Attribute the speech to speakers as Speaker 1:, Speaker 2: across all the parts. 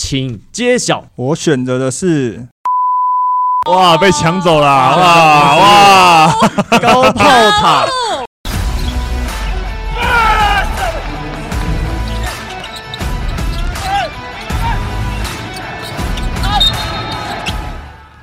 Speaker 1: 请揭晓。
Speaker 2: 我选择的是
Speaker 3: 哇，被抢走了！
Speaker 1: 哇
Speaker 3: 哇哇！
Speaker 1: 高炮塔。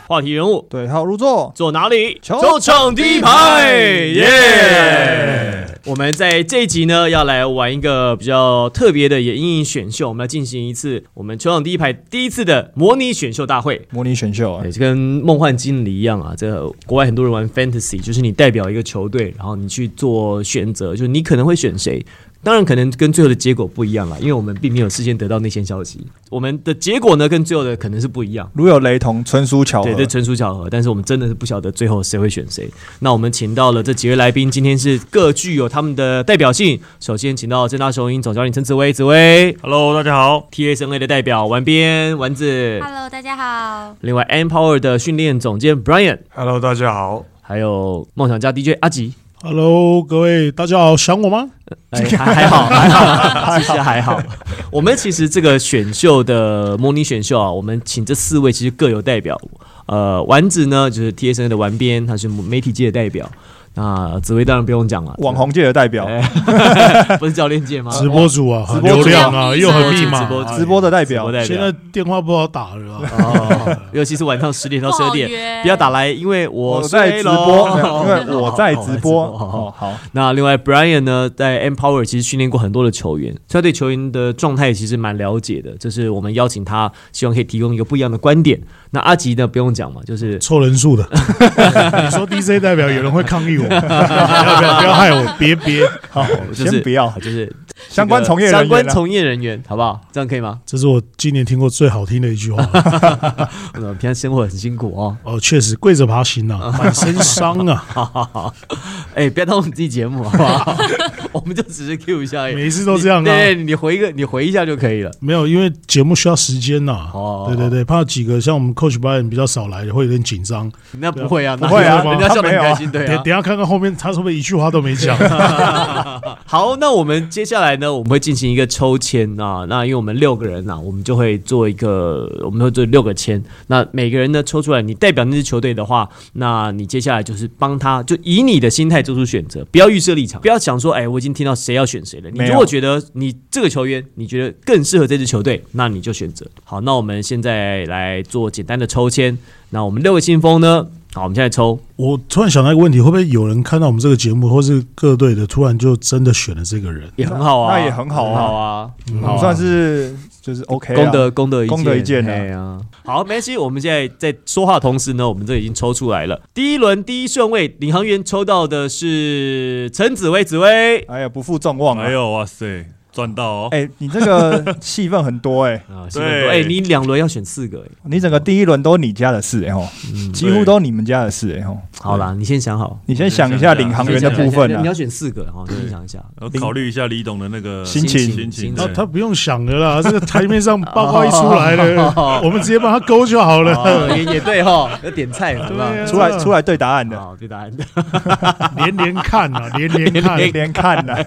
Speaker 1: 话题人物
Speaker 2: 对号入座，
Speaker 1: 坐哪里？
Speaker 2: 球
Speaker 1: 场第一排，耶！我们在这一集呢，要来玩一个比较特别的也英影选秀，我们要进行一次我们球场第一排第一次的模拟选秀大会。
Speaker 2: 模拟选秀啊
Speaker 1: 对，，就跟梦幻精灵一样啊，这个国外很多人玩 fantasy，就是你代表一个球队，然后你去做选择，就是你可能会选谁。当然，可能跟最后的结果不一样了，因为我们并没有事先得到内线消息，我们的结果呢跟最后的可能是不一样。
Speaker 2: 如有雷同，纯属巧合
Speaker 1: 对，。这纯属巧合，但是我们真的是不晓得最后谁会选谁。那我们请到了这几位来宾，今天是各具有他们的代表性。首先请到正大雄鹰总教练陈紫薇，紫薇
Speaker 3: Hello，大家好。
Speaker 1: ，TSNA 的代表丸边丸子，
Speaker 4: Hello，大家好。
Speaker 1: 另外 Empower 的训练总监 Brian，
Speaker 3: Hello，大家好。
Speaker 1: 还有梦想家 DJ 阿吉。
Speaker 5: Hello，各位，大家好，想我吗？
Speaker 1: 哎，还还好，还好，其实还好。我们其实这个选秀的模拟选秀啊，我们请这四位其实各有代表。呃，丸子呢就是 TSN 的丸边，他是媒体界的代表。那紫薇当然不用讲了，
Speaker 2: 网红界的代表，
Speaker 1: 哎 不是教练界吗？
Speaker 5: 直播主啊，
Speaker 2: 直播主
Speaker 5: 流量啊，又很密
Speaker 1: 直
Speaker 5: 码
Speaker 1: 播主
Speaker 5: 啊，
Speaker 2: 直播的代
Speaker 1: 直播
Speaker 2: 表，
Speaker 1: 代
Speaker 5: 现
Speaker 1: 表
Speaker 5: 在。电话不好打了啊。
Speaker 1: 哦，尤其是晚上十点到十二点，
Speaker 4: 点
Speaker 1: 不要打。来，因为我
Speaker 2: 在
Speaker 1: 睡
Speaker 2: 直
Speaker 1: 咯
Speaker 2: 播，没 有因为我在
Speaker 1: 哦
Speaker 2: 直播。
Speaker 1: 哦哦
Speaker 2: 哦，好，
Speaker 1: 那另外 Brian 呢，在 Empower 其实训练过很多的球员，所以他对球员的状态其实蛮了解的。这是我们邀请他，希望可以提供一个不一样的观点。那阿吉呢，不用讲嘛， 就是
Speaker 5: 凑人数的，你说 DC 代表有人会抗议 我，不要不要不要害我，别别，
Speaker 2: 好，
Speaker 1: 就是
Speaker 2: 先不要
Speaker 1: 就是
Speaker 2: 相关从业人员啊
Speaker 1: 相关从业人员，好不好？这样可以吗？
Speaker 5: 这是我今年听过最好听的一句话。
Speaker 1: 嗯，平常生活很辛苦哦。
Speaker 5: 哦，确实跪着爬行啊，满身伤啊，
Speaker 1: 好好好，哎、不要当我们自己节目好不好？ 我们就只是 Q 一下而已，
Speaker 5: 每一次都这样啊。
Speaker 1: 对，哎你回一个，你回一下就可以了。
Speaker 5: 没有，因为节目需要时间呐
Speaker 1: 哦。
Speaker 5: 对对对，怕几个像我们 Coach Brian 比较少来，会有点紧张。
Speaker 1: 那不会啊，
Speaker 5: 不
Speaker 1: 那
Speaker 5: 会啊
Speaker 1: 人家笑得很
Speaker 2: 他没有啊
Speaker 1: 开心，对
Speaker 5: 等
Speaker 1: 啊
Speaker 5: 等。一下看看后面他是不是一句话都没讲。
Speaker 1: 好，那我们接下来呢，我们会进行一个抽签啊。那因为我们六个人啊，我们就会做一个，我们会做六个签。那每个人呢抽出来，你代表那支球队的话，那你接下来就是帮他，就以你的心态做出选择，不要预设立场，不要想说，哎，我已经听到谁要选谁了。你
Speaker 2: 没有
Speaker 1: 如果觉得你这个球员你觉得更适合这支球队，那你就选择。好，那我们现在来做简单的抽签。那我们六个信封呢？好，我们现在抽
Speaker 5: 我突然想到一个问题，会不会有人看到我们这个节目，或是各队的，突然就真的选了这个人？
Speaker 1: 也很好啊，
Speaker 2: 那也很好啊
Speaker 1: 好啊，很
Speaker 2: 我
Speaker 1: 好
Speaker 2: 们
Speaker 1: 啊
Speaker 2: 算是就是 OK 啊
Speaker 1: 功德功德一件
Speaker 2: 功德一件啊
Speaker 1: 哎呀好，没关系。我们现在在说话的同时呢，我们这已经抽出来了。第一轮第一顺位，领航员抽到的是陈紫薇，紫薇
Speaker 2: 哎呀，不负众望啊
Speaker 3: 哎。呦，哇塞，赚到哦！
Speaker 2: 哎，你这个戏份很多哎，
Speaker 1: 啊，是很多哎、
Speaker 3: 对
Speaker 1: 你两轮要选四个、哎，
Speaker 2: 你整个第一轮都你家的事哎吼，
Speaker 1: 嗯，
Speaker 2: 几乎都你们家的事哎吼。
Speaker 1: 好啦，你先想好
Speaker 2: 你先想一下领航员的部分
Speaker 1: 你要你
Speaker 2: 啊
Speaker 1: 要，选四个，然后先想一下。
Speaker 3: 我考虑一下李董的那个
Speaker 2: 心情
Speaker 3: 心情。哦
Speaker 1: 对
Speaker 5: 那
Speaker 3: 对
Speaker 5: 他不用想了啦，这个台面上报告一出来
Speaker 1: 哦
Speaker 5: 了，我们直接帮他勾就好
Speaker 1: 哦
Speaker 5: 了。
Speaker 1: 也也对哈，要点菜了，
Speaker 5: 对
Speaker 1: 是吧？
Speaker 5: 啊
Speaker 2: 出来出来对答 案的，
Speaker 1: 好，对啊答案。
Speaker 5: 连连看啊，连连看。
Speaker 2: 连连看啊呐。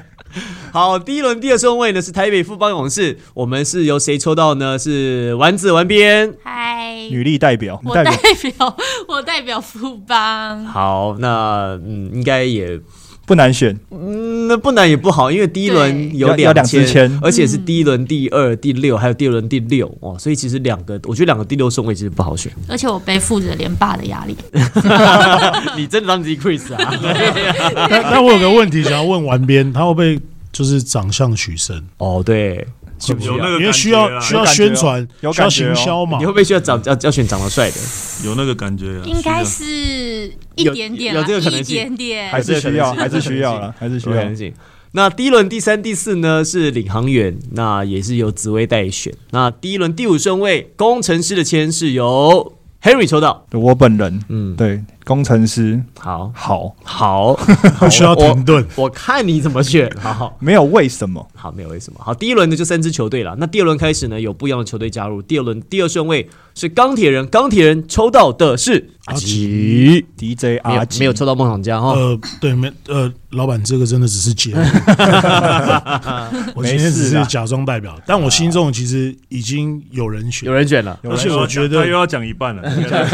Speaker 1: 好，第一轮第二顺位呢是台北富邦勇士，我们是由谁抽到呢？是丸子丸边。
Speaker 4: 嗨，
Speaker 2: 女力代表，
Speaker 4: 我
Speaker 2: 代表
Speaker 4: 代表 我代表富邦。
Speaker 1: 好，那嗯，应该也
Speaker 2: 不难选，
Speaker 1: 嗯，那不难也不好，因为第一轮
Speaker 4: 对
Speaker 1: 有
Speaker 2: 要要两
Speaker 1: 千，
Speaker 2: 支签
Speaker 1: 而且是第一轮第二、第六，还有第二轮第六哦，所以其实两个，我觉得两个第六顺位其实不好选。
Speaker 4: 而且我背负着连霸的压力。
Speaker 1: 啊你真的让自己 Chris 啊？
Speaker 5: 那那我有个问题想要问完边，他会不会就是长相取胜？
Speaker 1: 哦，对，需不需
Speaker 3: 有那
Speaker 1: 要？
Speaker 3: 个
Speaker 5: 因为需
Speaker 3: 感觉
Speaker 5: 要
Speaker 3: 啦
Speaker 5: 需要宣传，
Speaker 2: 有
Speaker 5: 需要
Speaker 2: 感觉哦
Speaker 5: 行销嘛
Speaker 1: 你。会不会需要长要要选长得帅的？
Speaker 3: 有那个感觉啊，
Speaker 4: 应该
Speaker 3: 是
Speaker 4: 是一
Speaker 1: 有
Speaker 4: 点点
Speaker 1: 有
Speaker 4: 啦，
Speaker 1: 这个可能
Speaker 4: 一
Speaker 1: 性
Speaker 4: 点点。
Speaker 2: 还是需要，还
Speaker 1: 还是
Speaker 2: 是
Speaker 1: 需
Speaker 2: 需
Speaker 1: 要
Speaker 2: 要 了，还是需
Speaker 1: 有可
Speaker 2: 要
Speaker 1: 能。性。那第一轮第三、第四呢是领航员，那也是由紫薇代选。那第一轮第五顺位工程师的签是由 Henry 抽到，
Speaker 2: 我本人，
Speaker 1: 嗯，
Speaker 2: 对，工程师，
Speaker 1: 好
Speaker 2: 好，
Speaker 1: 好，
Speaker 5: 会需要停顿。
Speaker 1: 我看你怎么选。好
Speaker 2: 没有为什么，
Speaker 1: 好，没有为什么。好，第一轮呢就三支球队了。那第二轮开始呢，有不一样的球队加入。第二轮第二顺位是钢铁人，钢铁人抽到的是阿吉，
Speaker 2: ，DJ
Speaker 1: 没有
Speaker 2: 阿吉
Speaker 1: 没有抽到梦想家哈。
Speaker 5: 呃，对，没呃，老板，这个真的只是结论。我今天
Speaker 2: 没
Speaker 5: 只
Speaker 2: 事
Speaker 5: 是
Speaker 2: 啦
Speaker 5: 假装代表，但我心中其实已经有人选
Speaker 1: 有。人选了，
Speaker 2: 有
Speaker 3: 而
Speaker 2: 人
Speaker 3: 且
Speaker 2: 选
Speaker 3: 我
Speaker 5: 我觉
Speaker 3: 觉
Speaker 5: 得
Speaker 3: 得他又要讲一 半了，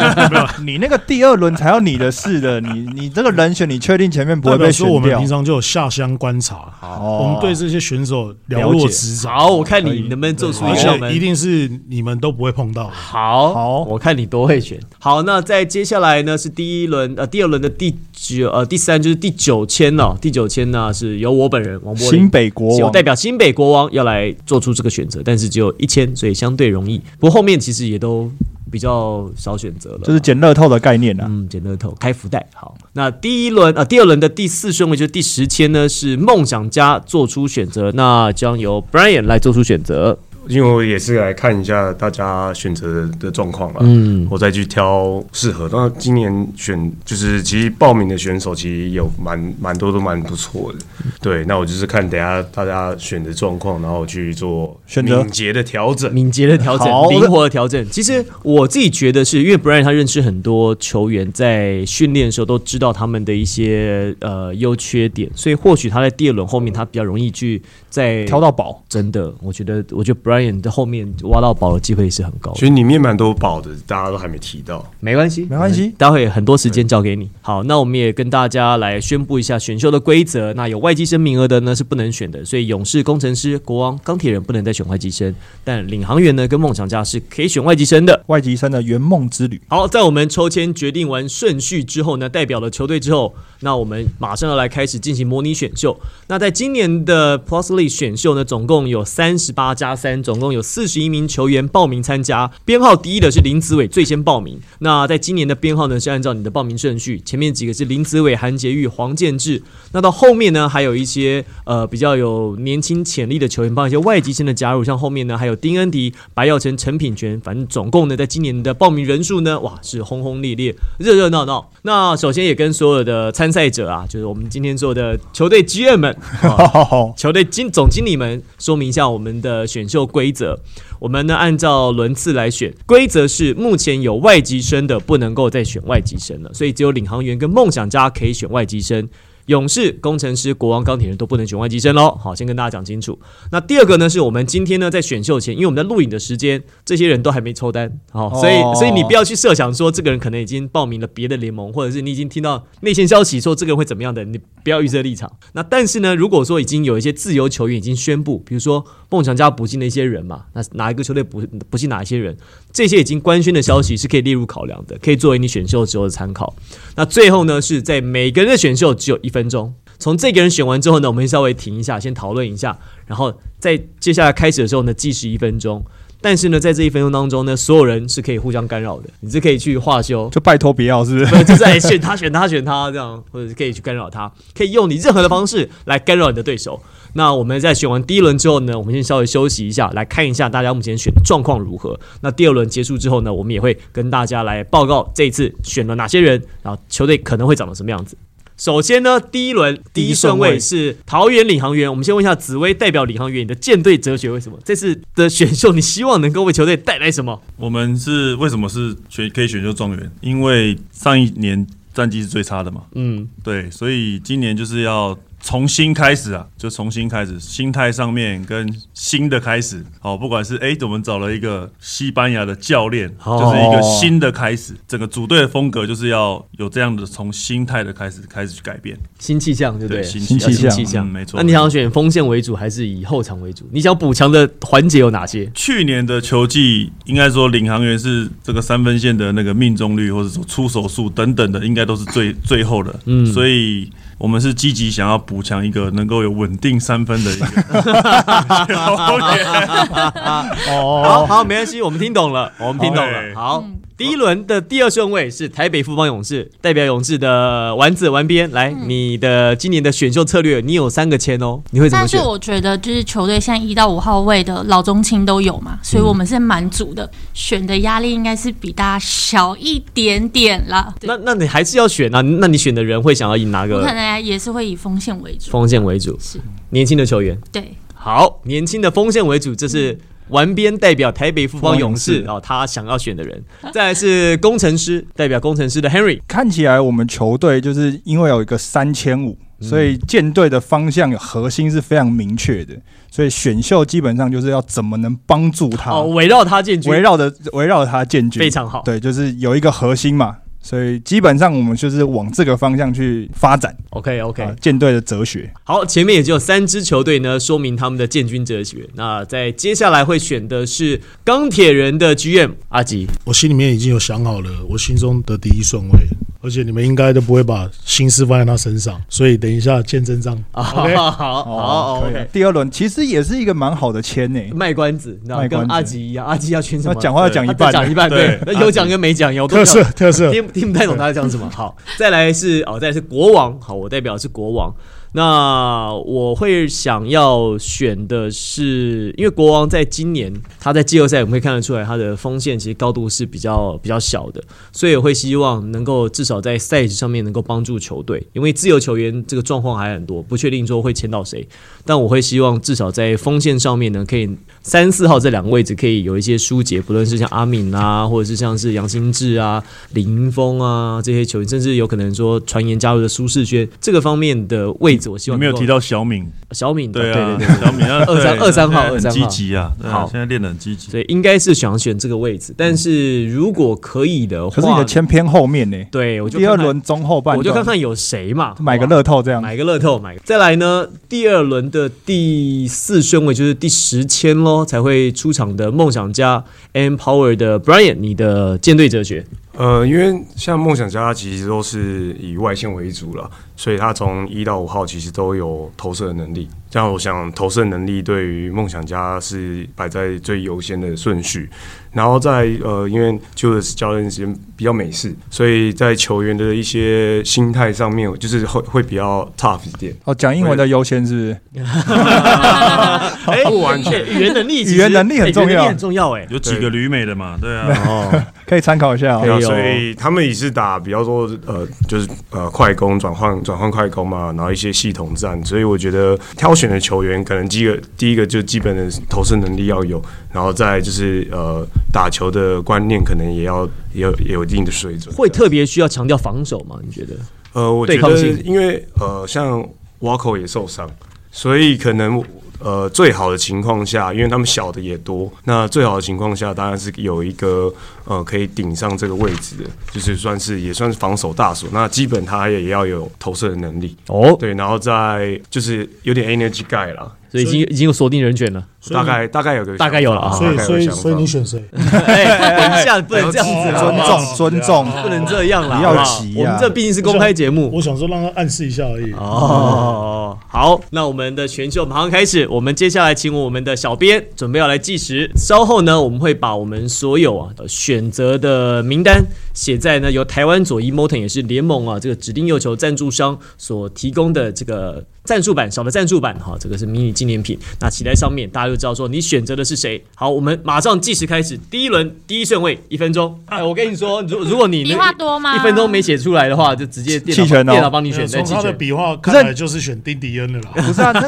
Speaker 2: 你那个第二轮才要你的事的，你你这个人选，你确定前面不
Speaker 5: 代
Speaker 2: 会
Speaker 5: 表
Speaker 2: 被
Speaker 5: 说
Speaker 2: 选
Speaker 5: 我们
Speaker 2: 掉
Speaker 5: 平？常就有下乡观察，
Speaker 2: 哦
Speaker 5: 我们对这些选手了
Speaker 2: 了解
Speaker 5: 若指掌，
Speaker 1: 好，我看
Speaker 2: 可
Speaker 1: 你
Speaker 2: 以
Speaker 1: 能不能做出一
Speaker 5: 而
Speaker 1: 个让我们
Speaker 5: 且一定是你们都不会碰到的。
Speaker 1: 好，
Speaker 2: 好
Speaker 1: 我看你多会选。好，那在接下来呢是第一轮呃第二轮的第九呃第三就是第九签哦，第九签呢是由我本人王柏林
Speaker 2: 新北国
Speaker 1: 有
Speaker 2: 王
Speaker 1: 代表新北国王要来做出这个选择，但是只有一签，所以相对容易。不过后面其实也都比较少选择了，
Speaker 2: 就是捡乐透的概念啊，
Speaker 1: 嗯，捡乐透开福袋。好，那第一轮啊、呃第二轮的第四顺位就是第十签呢，是梦想家做出选择，那将由 Brian 来做出选择。
Speaker 6: 因为我也是来看一下大家选择的状况啦，
Speaker 1: 嗯
Speaker 6: 我再去挑适合。那今年选就是其实报名的选手其实有蛮蛮多都蛮不错的，对。那我就是看等一下大家选的状况，然后去做
Speaker 2: 选择
Speaker 6: 敏捷的调整。
Speaker 1: 敏捷的调整
Speaker 2: 好，
Speaker 1: 灵活的调整。其实我自己觉得是因为 Brian 他认识很多球员，在训练的时候都知道他们的一些呃优缺点，所以或许他在第二轮后面他比较容易去在
Speaker 2: 挑到宝。
Speaker 1: 真的，我觉得我觉得 Brian 在后面挖到宝的机会是很高的
Speaker 6: 其。实里面蛮多宝的，大家都还没提到。
Speaker 1: 没关系，
Speaker 2: 没关系
Speaker 1: 待会很多时间交给你。好，那我们也跟大家来宣布一下选秀的规则。那有外籍生名额的呢是不能选的，所以勇士、工程师、国王、钢铁人不能再选外籍生，但领航员呢跟梦想家是可以选外籍生的。
Speaker 2: 外籍生的圆梦之旅，
Speaker 1: 好，在我们抽签决定完顺序之后呢，代表了球队之后，那我们马上要来开始进行模拟选秀。那在今年的 Plus League 选秀呢，总共有三十八加三，总共有四十一名球员报名参加。编号第一的是林子伟，最先报名。那在今年的编号呢，是按照你的报名顺序，前面几个是林子伟、韩杰玉、黄建志。那到后面呢，还有一些呃比较有年轻潜力的球员，包括一些外籍生的加入，像后面呢还有丁恩迪、白耀成、陈品权，反正总共呢在今年的报名人数呢，哇是轰轰烈烈、热热闹闹。那首先也跟所有的参赛者啊，就是我们今天所有的球队 GM 们、啊球队经总经理们说明一下我们的选秀规则。我们呢按照轮次来选，规则是目前有外籍生的不能够再选外籍生了，所以只有领航员跟梦想家可以选外籍生。勇士、工程师、国王、钢铁人都不能选外籍生喽。好，先跟大家讲清楚。那第二个呢，是我们今天呢在选秀前，因为我们在录影的时间，这些人都还没抽单，好、
Speaker 2: 哦
Speaker 1: 所以所以你不要去设想说这个人可能已经报名了别的联盟，或者是你已经听到内线消息说这个人会怎么样的，你不要预设立场。那但是呢，如果说已经有一些自由球员已经宣布，比如说梦想家补进的一些人嘛，那哪一个球队补补进哪一些人，这些已经官宣的消息是可以列入考量的，可以作为你选秀时候的参考。那最后呢，是在每个人的选秀只有一分钟。从这个人选完之后呢，我们稍微停一下，先讨论一下，然后在接下来开始的时候呢，计时一分钟。但是呢，在这一分钟当中呢，所有人是可以互相干扰的，你是可以去化修，
Speaker 2: 就拜托不要，是不是？
Speaker 1: 不是就是来选他、选他、选他这样，或者是可以去干扰他，可以用你任何的方式来干扰你的对手。那我们在选完第一轮之后呢，我们先稍微休息一下，来看一下大家目前选的状况如何。那第二轮结束之后呢，我们也会跟大家来报告这一次选了哪些人，然后球队可能会长成什么样子。首先呢，第一轮第一顺位是桃园领航员。我们先问一下紫薇代表领航员，你的舰队哲学为什么？这次的选秀，你希望能够为球队带来什么？
Speaker 3: 我们是为什么是选可以选秀状元？因为上一年战绩是最差的嘛，
Speaker 1: 嗯，
Speaker 3: 对，所以今年就是要重新开始啊，就重新开始，心态上面跟新的开始。好，不管是哎、我们找了一个西班牙的教练，
Speaker 1: 哦
Speaker 3: 就是一个新的开始，整个组队的风格就是要有这样的从心态的开始开始去改变，
Speaker 1: 新气象，对不对？
Speaker 3: 新
Speaker 2: 新
Speaker 3: 气
Speaker 2: 气
Speaker 3: 象
Speaker 2: 象
Speaker 1: 气象、
Speaker 3: 嗯没错。
Speaker 1: 那你想要选锋线为主，还是以后场为主？你想补强的环节有哪些？
Speaker 3: 去年的球季，应该说领航员是这个三分线的那个命中率，或者说出手数等等的，应该都是最最后的。嗯，所以我们是积极想要补强一个能够有稳定三分的一个球 员。
Speaker 1: 好好，没关系，我们听懂了，我们听懂了。
Speaker 3: 对
Speaker 1: 好，第一轮的第二顺位是台北富邦勇士，代表勇士的丸子丸边来，
Speaker 4: 嗯
Speaker 1: 你的今年的选秀策略，你有三个签哦，你会怎么
Speaker 4: 但是
Speaker 1: 选？
Speaker 4: 我觉得，就是球队现在一到五号位的老中青都有
Speaker 1: 嗯
Speaker 4: 嘛，所以我们是满足的，选的压力应该是比大家小一点点啦。对
Speaker 1: 那那你还是要选啊？那你选的人会想要以哪
Speaker 4: 我可
Speaker 1: 个
Speaker 4: 能也是会以锋线为主。
Speaker 1: 锋线为主？
Speaker 4: 是
Speaker 1: 年轻的球员。
Speaker 4: 对，
Speaker 1: 好，年轻的锋线为主，这
Speaker 2: 嗯
Speaker 1: 是玩边代表台北富邦勇
Speaker 2: 富邦
Speaker 1: 士
Speaker 2: 勇士
Speaker 1: 哦，他想要选的人。再来是工程师，代表工程师的 Henry。
Speaker 2: 看起来我们球队就是因为有一个三千五，
Speaker 1: 嗯
Speaker 2: 所以舰队的方向核心是非常明确的，所以选秀基本上就是要怎么能帮助他，
Speaker 1: 哦，围绕他建军，
Speaker 2: 围绕着围绕着他建军，
Speaker 1: 非常好。
Speaker 2: 对，就是有一个核心嘛，所以基本上我们就是往这个方向去发展
Speaker 1: OK OK，、
Speaker 2: 啊舰队的哲学。
Speaker 1: 好，前面也只有三支球队呢，说明他们的建军哲学。那在接下来会选的是钢铁人的 GM 阿吉。
Speaker 5: 我心里面已经有想好了，我心中的第一顺位，而且你们应该都不会把心思放在他身上，所以等一下见真章。
Speaker 1: 啊， 好好好
Speaker 2: 可以啊
Speaker 1: ，OK，
Speaker 2: 第二轮其其实也是一个蛮好的签呢、
Speaker 1: 卖关子，你知道
Speaker 2: 卖关
Speaker 1: 跟
Speaker 2: 子
Speaker 1: 阿吉一样，阿吉要选什么？
Speaker 2: 那讲话要讲一
Speaker 1: 他
Speaker 2: 半，
Speaker 1: 讲一半，对
Speaker 3: 对，
Speaker 1: 那有讲跟没讲一样，我都
Speaker 5: 特色
Speaker 1: 讲
Speaker 5: 特色，
Speaker 1: 听听不太懂他在讲什么。好，再来是哦，再来是国王。好，我代表是国王。那我会想要选的是，因为国王在今年他在季后赛，我们会看得出来他的锋线其实高度是比较比较小的，所以我会希望能够至少在赛制上面能够帮助球队，因为自由球员这个状况还很多，不确定说会签到谁，但我会希望至少在锋线上面呢，可以三四号这两个位置可以有一些疏解，不论是像阿敏啊，或者是像是杨兴志啊、李英峰啊这些球员，甚至有可能说传言加入的舒适圈这个方面的位置，我希
Speaker 3: 你
Speaker 1: 望
Speaker 3: 没有
Speaker 1: 能够
Speaker 3: 提到小敏，
Speaker 1: 小敏的，
Speaker 3: 对啊，
Speaker 1: 对对
Speaker 3: 小敏要
Speaker 1: 二三
Speaker 3: 对
Speaker 1: 二三号
Speaker 3: 很
Speaker 1: 二三
Speaker 3: 积
Speaker 1: 号
Speaker 3: 极啊，对啊
Speaker 1: 好
Speaker 3: 现在练得很积极。
Speaker 1: 所以应该是想选这个位置，但是如果可以的话，
Speaker 2: 可是你的签偏后面呢、
Speaker 1: 对我就
Speaker 2: 第二
Speaker 1: 看看
Speaker 2: 轮中后半，
Speaker 1: 我就看看有谁嘛，
Speaker 2: 买个
Speaker 1: 好不好
Speaker 2: 乐透这样。
Speaker 1: 买个乐透，买个。再来呢，第二轮的第四顺位就是第十签喽，才会出场的梦想家 M Power 的 Brian，你的舰队哲学。
Speaker 6: 呃，因为像梦想家他其实都是以外线为主了，所以他从一到五号其实都有投射的能力。这样我想投射能力对于梦想家是摆在最优先的顺序。然后在呃，因为就是教练时间比较美式，所以在球员的一些心态上面，就是会会比较 tough 一点。
Speaker 2: 哦，讲英文的优先是不是？
Speaker 1: 哎，不完全，语言能力其实，
Speaker 2: 语言能力很重要
Speaker 1: 哎语言能力很重要哎。
Speaker 3: 有几个旅美的嘛？对啊，
Speaker 1: 哦，
Speaker 2: 可以参考一下、
Speaker 1: 可以
Speaker 2: 哦。
Speaker 6: 对啊，
Speaker 1: 哦
Speaker 6: 所以他们也是打比较多呃，就是呃快攻转换转换快攻嘛，然后一些系统战，所以我觉得挑选的球员可能第一个第一个就基本的投射能力要有，然后再就是呃打球的观念可能也要也有也有一定的水准。
Speaker 1: 会特别需要强调防守吗？你觉得？
Speaker 6: 呃，我
Speaker 1: 对
Speaker 6: 觉
Speaker 1: 抗
Speaker 6: 得
Speaker 1: 性
Speaker 6: 因为呃像 Waco 也受伤，所以可能。呃，最好的情况下，因为他们小的也多，那最好的情况下当然是有一个呃可以顶上这个位置的，就是算是也算是防守大手。那基本他也要有投射的能力，
Speaker 1: 哦，
Speaker 6: 对，然后再就是有点 energy guy 啦，
Speaker 1: 所以已经已经有锁定人选 了。
Speaker 5: 所以
Speaker 6: 大概大概有个
Speaker 1: 大概有了啊
Speaker 6: 想法
Speaker 5: 所以
Speaker 6: 大概
Speaker 5: 所
Speaker 6: 有
Speaker 5: 以
Speaker 6: 想法
Speaker 5: 所以你选谁？
Speaker 1: 哎，等一下，不能这样子
Speaker 2: 尊
Speaker 1: 啊，
Speaker 2: 重尊重，
Speaker 1: 不能这样啦，
Speaker 2: 不要
Speaker 1: 好不好
Speaker 2: 急啊
Speaker 1: 我们这毕竟是公开节目，
Speaker 5: 我想说让他暗示一下而已。
Speaker 1: 哦，好，那我们的选秀马上开始。我们接下来请我们的小编准备要来计时，稍后呢，我们会把我们所有啊呃选择的名单写在呢由台湾左一 Moton 也是联盟啊这个指定右球赞助商所提供的这个战术版小的战术版哈、这个是迷你纪念品。那写在上面，大家就知道说你选择的是谁。好，我们马上计时开始，第一轮第一顺位一分钟。哎，我跟你说，如如果你
Speaker 4: 笔画多吗？
Speaker 1: 一分钟没写出来的话，就直接电脑
Speaker 2: 弃权哦
Speaker 1: 电脑帮你
Speaker 5: 没
Speaker 1: 选
Speaker 5: 有
Speaker 1: 再
Speaker 5: 从
Speaker 1: 弃
Speaker 5: 他的
Speaker 1: 权。
Speaker 5: 笔画看来就是选丁迪恩的啦。
Speaker 2: 不是啊，这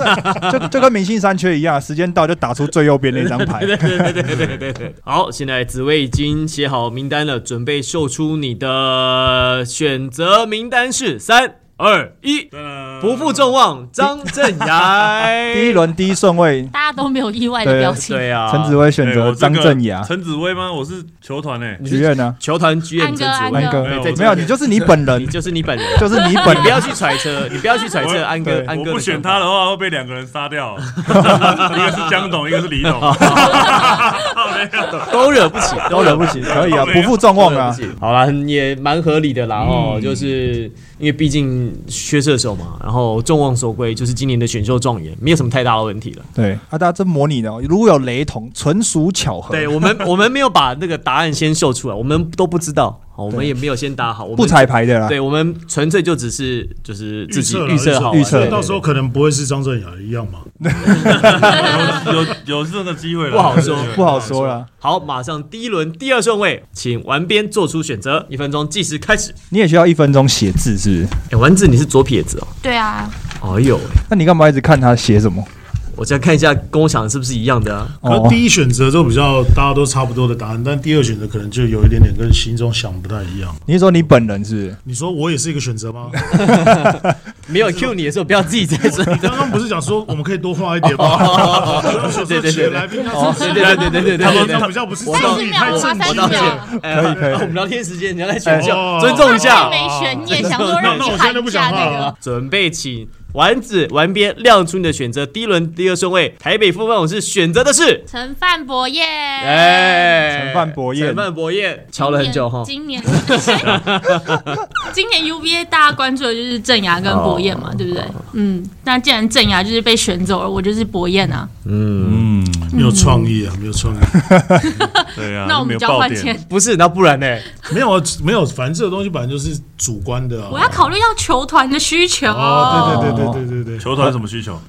Speaker 2: 个就就跟明星三缺一样，时间到就打出最右边那张牌。
Speaker 1: 对对对对对对。好，现在紫薇已经写好名单了，准备秀出你的选择名单是三二一，
Speaker 3: 哎
Speaker 1: 不负众望，张镇 崖。
Speaker 2: 第一，轮第一顺位，
Speaker 4: 大家都没有意外的表情。
Speaker 1: 对啊，
Speaker 2: 陈紫薇选
Speaker 3: 哎
Speaker 2: 择
Speaker 3: 我这
Speaker 2: 张
Speaker 3: 个
Speaker 2: 镇雅，
Speaker 3: 陈紫薇吗？我是球团欸诶，
Speaker 2: 许愿呢？
Speaker 1: 球团居然陈紫
Speaker 4: 安
Speaker 1: 薇
Speaker 2: 那，个
Speaker 3: 没有
Speaker 2: 没有，你就是你本
Speaker 1: 你
Speaker 2: 人，
Speaker 1: 就是你本人。
Speaker 2: 就是你
Speaker 1: 你
Speaker 2: 本
Speaker 1: 不
Speaker 2: 人
Speaker 1: 要。去揣测，你不要去揣测
Speaker 3: 我
Speaker 1: 安哥
Speaker 2: 对，
Speaker 1: 安
Speaker 3: 我
Speaker 1: 哥
Speaker 3: 不
Speaker 1: 的
Speaker 3: 选
Speaker 1: 想
Speaker 3: 他
Speaker 1: 法。
Speaker 3: 的话，会被两个人杀掉，一个是江董，一个是李董。
Speaker 1: 都惹不起，
Speaker 2: 都惹不起，可以啊，不负众望啊。
Speaker 1: 好啦，也蛮合理的啦哦，就是因为毕竟缺射手嘛，然后众望所归，就是今年的选秀状元，没有什么太大的问题了。
Speaker 2: 对，啊，大家这模拟的哦，如果有雷同，纯属巧 合。
Speaker 1: 对我们，我们没有把那个答案先秀出来，我们都不知道，好我们
Speaker 2: 对
Speaker 1: 也没有先打好，我们
Speaker 2: 不彩排的啦。
Speaker 1: 对我们纯粹就只是就是自己预
Speaker 5: 预
Speaker 1: 测
Speaker 5: 测
Speaker 1: 好
Speaker 5: 啦
Speaker 1: 玩，
Speaker 2: 预测
Speaker 1: 对对
Speaker 5: 到时候可能不会是张镇雅一样嘛？
Speaker 3: 有有这个机会了，
Speaker 1: 不好说
Speaker 2: 不好说了。
Speaker 1: 好，马上第一轮第二顺位，请玩边做出选择，一分钟计时开始。
Speaker 2: 你也需要一分钟写字，是不是？
Speaker 1: 哎、丸子，你是左撇子
Speaker 4: 对啊，
Speaker 1: 哦？哎呦喂，
Speaker 2: 那你干嘛一直看他写什么？
Speaker 1: 我再看一下，跟我想的是不是一样的啊？
Speaker 5: 可
Speaker 2: 哦
Speaker 5: 是第一选择都比较大家都差不多的答案，但第二选择可能就有一点点跟心中想不太一样。
Speaker 2: 你是说你本人是不是？
Speaker 5: 你说我也是一个选择吗？
Speaker 1: 没有 Q 你的时候，不要自己在这。
Speaker 5: 你刚刚不是讲说我们可以多画一点吗？
Speaker 1: 对对对对
Speaker 5: 来宾他
Speaker 1: 哦，
Speaker 5: 是
Speaker 1: 对对对对对对
Speaker 5: 他们
Speaker 1: 对
Speaker 5: 他
Speaker 1: 对。
Speaker 5: 比较不是
Speaker 1: 我
Speaker 5: 正义，太
Speaker 4: 30
Speaker 1: 我
Speaker 4: 秒
Speaker 5: 正义
Speaker 1: 道
Speaker 5: 了。
Speaker 1: 歉，哎
Speaker 2: 可以可以
Speaker 1: 我们聊天时间，你要来选秀，
Speaker 5: 哎
Speaker 1: 尊重一下
Speaker 4: 他。没选，你也想说让
Speaker 5: 那
Speaker 4: 你
Speaker 5: 我现在就
Speaker 4: 喊
Speaker 5: 不
Speaker 4: 一下
Speaker 5: 讲话
Speaker 4: 那个
Speaker 5: 了。
Speaker 1: 准备起，丸子、丸边亮出你的选择。第一轮第二顺位，台北富邦勇士选择的是，
Speaker 4: 陈范博耶，
Speaker 1: 哎，
Speaker 2: 陈范博彦
Speaker 1: 陈范博彦，瞧了很久哈。
Speaker 4: 今年， 今年 UVA 大家关注的就是郑雅跟博彦嘛，对不对？嗯，那既然郑雅就是被选走了，我就是博彦啊，
Speaker 3: 嗯，
Speaker 5: 没有创意啊，没有创意，
Speaker 3: 对啊，
Speaker 4: 那我们
Speaker 3: 就
Speaker 4: 交
Speaker 3: 没有爆
Speaker 4: 换
Speaker 3: 点。
Speaker 4: 签。
Speaker 1: 不是，那不然呢？
Speaker 5: 没有啊，没有，反正这个东西本来就是主观的啊。
Speaker 4: 我要考虑到球团的需求，
Speaker 5: 哦，对对对对对对对，
Speaker 3: 球团什么 需求？